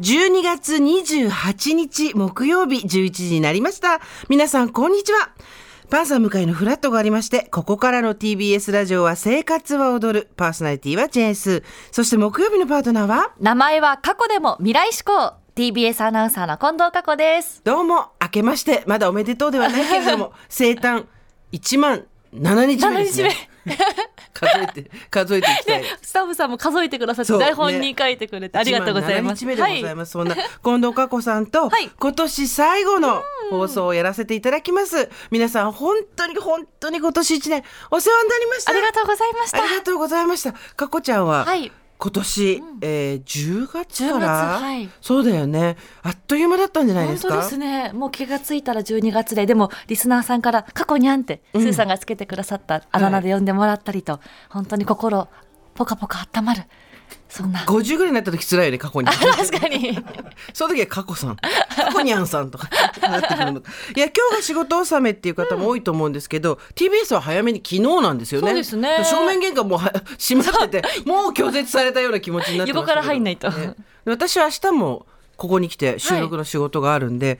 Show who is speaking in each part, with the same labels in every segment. Speaker 1: 12月28日木曜日11時になりました。皆さん、こんにちは。パンサー向かいのフラットがありまして、ここからの TBS ラジオは生活は踊る、パーソナリティはジェーンスー。そして木曜日のパートナーは、
Speaker 2: 名前は過去でも未来志向 TBS アナウンサーの近藤佳子です
Speaker 1: どうも、明けまして、まだおめでとうではないけれども、生誕1万7日目です、ね。数えて、数えていきたい。
Speaker 2: スタッフさんも数えてくださって
Speaker 1: そう
Speaker 2: 台本に書いてくれて、ありがとうございます
Speaker 1: 1万7日目でござい
Speaker 2: は
Speaker 1: ます。そんな近藤佳子さんと、
Speaker 2: はい
Speaker 1: 今年最後の放送をやらせていただきます。皆さん本当に本当に今年一年お世話になりました。
Speaker 2: ありがとうございました
Speaker 1: ありがとうございました。佳子ちゃんは、
Speaker 2: はい
Speaker 1: 今年、えー10月から
Speaker 2: 10月はい
Speaker 1: そうだよね。あっという間だったんじゃないで
Speaker 2: 本
Speaker 1: す
Speaker 2: 当
Speaker 1: か。
Speaker 2: ですねもう気がついたら12月ででもリスナーさんから「過去にゃん」って、スーさんがつけてくださったあだ名で呼んでもらったりと、本当に心ポカポカ温まるそんな
Speaker 1: 50ぐらいになった時辛いよね、過 去に。
Speaker 2: 確かに
Speaker 1: その時は佳子さん、佳子にゃんさんとかなってくるのか。いや、今日が仕事納めっていう方も多いと思うんですけど、TBS は早めに昨日なんですよね。
Speaker 2: そうですね
Speaker 1: 正面玄関もうは閉まってて、もう拒絶されたような気持ちになってますけど
Speaker 2: 横から入んないと
Speaker 1: ね私は明日もここに来て収録の仕事があるんで、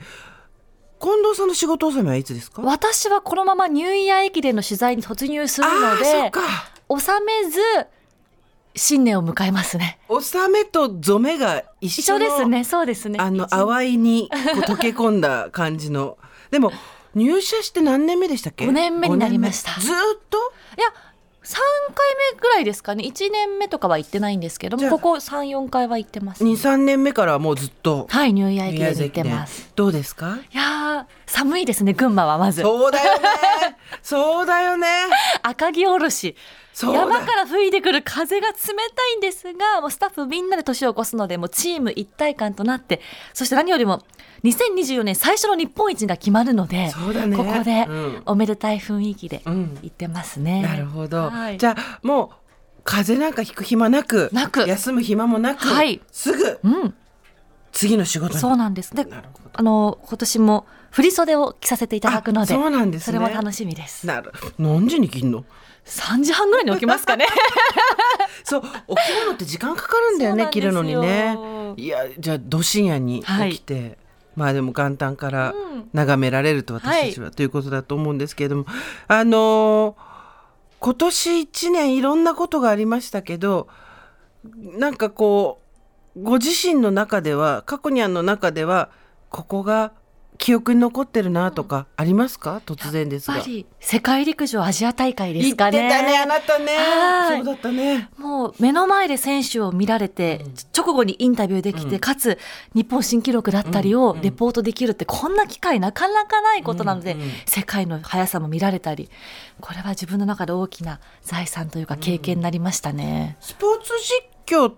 Speaker 1: 近藤さんの仕事納めはいつですか
Speaker 2: 私はこのままニューイヤー駅伝の取材に突入する
Speaker 1: あ
Speaker 2: の
Speaker 1: あ、そっ
Speaker 2: で
Speaker 1: か。
Speaker 2: 収めず新年を迎えますね
Speaker 1: 納めと染めが一
Speaker 2: 一
Speaker 1: 緒
Speaker 2: 緒
Speaker 1: の
Speaker 2: ですねそうですね
Speaker 1: あの淡いにこう溶け込んだ感じのでも入社して何年目でしたっけ
Speaker 2: 五年目になりました
Speaker 1: 五年目ずーっと
Speaker 2: いや3回目ぐらいですかね1年目とかは行ってないんですけど
Speaker 1: じゃ
Speaker 2: も
Speaker 1: あ
Speaker 2: ここ34回は行ってます、
Speaker 1: 二三年目からはもうずっと
Speaker 2: はいニューイヤー駅
Speaker 1: 宮
Speaker 2: 伝行っ
Speaker 1: 崎
Speaker 2: て
Speaker 1: で
Speaker 2: ます
Speaker 1: どうですか
Speaker 2: いやー寒いですね群馬はまず
Speaker 1: そうだよねそうだよね
Speaker 2: 赤城おろし
Speaker 1: そうだ
Speaker 2: 山から吹いてくる風が冷たいんですがもうスタッフみんなで年を越すのでもうチーム一体感となってそして何よりも2024年最初の日本一が決まるので
Speaker 1: そうだね
Speaker 2: ここで
Speaker 1: うん
Speaker 2: おめでたい雰囲気で
Speaker 1: うん
Speaker 2: 行ってますね。
Speaker 1: なるほど、
Speaker 2: はい
Speaker 1: じゃあもう風邪なんかひく暇なく
Speaker 2: なく
Speaker 1: 休む暇もなく、
Speaker 2: はい
Speaker 1: すぐ
Speaker 2: うん、
Speaker 1: 次の仕事に
Speaker 2: そうなんです。で、
Speaker 1: なるほど
Speaker 2: あの今年も振り袖を着させていただくので、
Speaker 1: あそうなんですね
Speaker 2: それも楽しみです。
Speaker 1: なる何時に切んの
Speaker 2: 三時半ぐらいに起きま すかね。
Speaker 1: そう、お着物って時間かかるんだよね、
Speaker 2: そうなんです
Speaker 1: 着
Speaker 2: よ
Speaker 1: るのにね。いや、じゃあ、ど深夜に
Speaker 2: はい
Speaker 1: 起きて。まあでも元旦から
Speaker 2: うん
Speaker 1: 眺められると私たちは、ということだと思うんですけれどもあのー今年一年いろんなことがありましたけどなんかこうご自身の中では過去にあの中ではここが記憶に残ってるなとかありますか、突然ですが。
Speaker 2: やっぱり世界陸上アジア大会で
Speaker 1: 言っ
Speaker 2: す
Speaker 1: て
Speaker 2: か
Speaker 1: た
Speaker 2: ね。
Speaker 1: ねあなたね
Speaker 2: はい
Speaker 1: そうだったね。
Speaker 2: もう目の前で選手を見られて、直後にインタビューできて、かつ日本新記録だったりをレポートできるって、こんな機会なかなかないことなので、
Speaker 1: うんうん
Speaker 2: 世界の速さも見られたり、これは自分の中で大きな財産というか経験になりましたね。
Speaker 1: スポーツ実況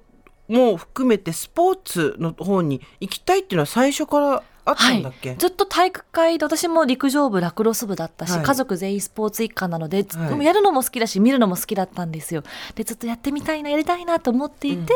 Speaker 1: も含めてスポーツの方に行きたいっていうのは最初からあったんだっけ、
Speaker 2: ずっと体育会で私も陸上部ラクロス部だったし、
Speaker 1: はい
Speaker 2: 家族全員スポーツ一家なので、ず
Speaker 1: はい
Speaker 2: でもやるのも好きだし見るのも好きだったんですよでずっとやってみたいなやりたいなと思っていて、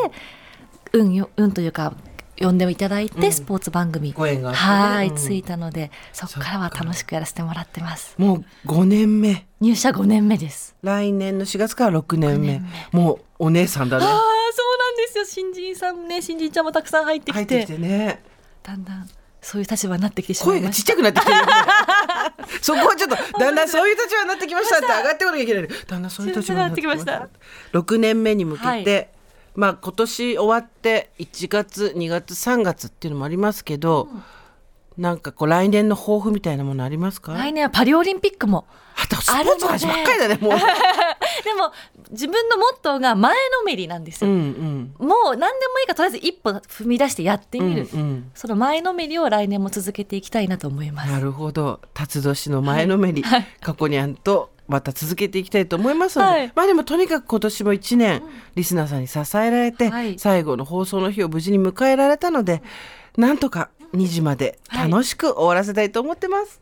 Speaker 2: 運よ運というか呼んでいただいて、
Speaker 1: うん
Speaker 2: スポーツ番組
Speaker 1: ご縁があってね
Speaker 2: はい、
Speaker 1: うん
Speaker 2: ついたのでそこからは楽しくやらせてもらってます
Speaker 1: もう5年目
Speaker 2: 入社5年目です
Speaker 1: 来年の4月から6年目
Speaker 2: 六年
Speaker 1: もうお姉さんだ
Speaker 2: ああ
Speaker 1: ね
Speaker 2: そうなんですよ新人さんね新人ちゃんもたくさん入って
Speaker 1: 入
Speaker 2: き
Speaker 1: っててきてね
Speaker 2: だんだんそういう立場になってきてしま
Speaker 1: 声
Speaker 2: い
Speaker 1: が
Speaker 2: ま
Speaker 1: ちっ
Speaker 2: し
Speaker 1: ちゃくなってきてるよねそこはちょっとだんだんそういう立場になってきましたって上がってこなきゃいけないだんだんそういう立場になってきました
Speaker 2: そういう立場になって
Speaker 1: 6年目に向けて、
Speaker 2: はい
Speaker 1: まあ今年終わって1月2月3月っていうのもありますけど、なんかこう来年の抱負みたいなものありますか
Speaker 2: た来年はパリオリンピックも
Speaker 1: あとスポーツの話ばっかりだねもう。
Speaker 2: でも自分のモットーが前のめりなんです
Speaker 1: うん
Speaker 2: よ、
Speaker 1: うん。
Speaker 2: もう何でもいいからとりあえず一歩踏み出してやってみる、
Speaker 1: うん
Speaker 2: その前のめりを来年も続けていきたいなと思いま
Speaker 1: うん、な
Speaker 2: す
Speaker 1: るほど辰年の前のめり、過去にゃんとまた続けていきたいと思いますので、
Speaker 2: はい
Speaker 1: まあでもとにかく今年も1年、リスナーさんに支えられて、
Speaker 2: はい
Speaker 1: 最後の放送の日を無事に迎えられたのでなんとか2時まで楽しく終わらせたいと思ってます。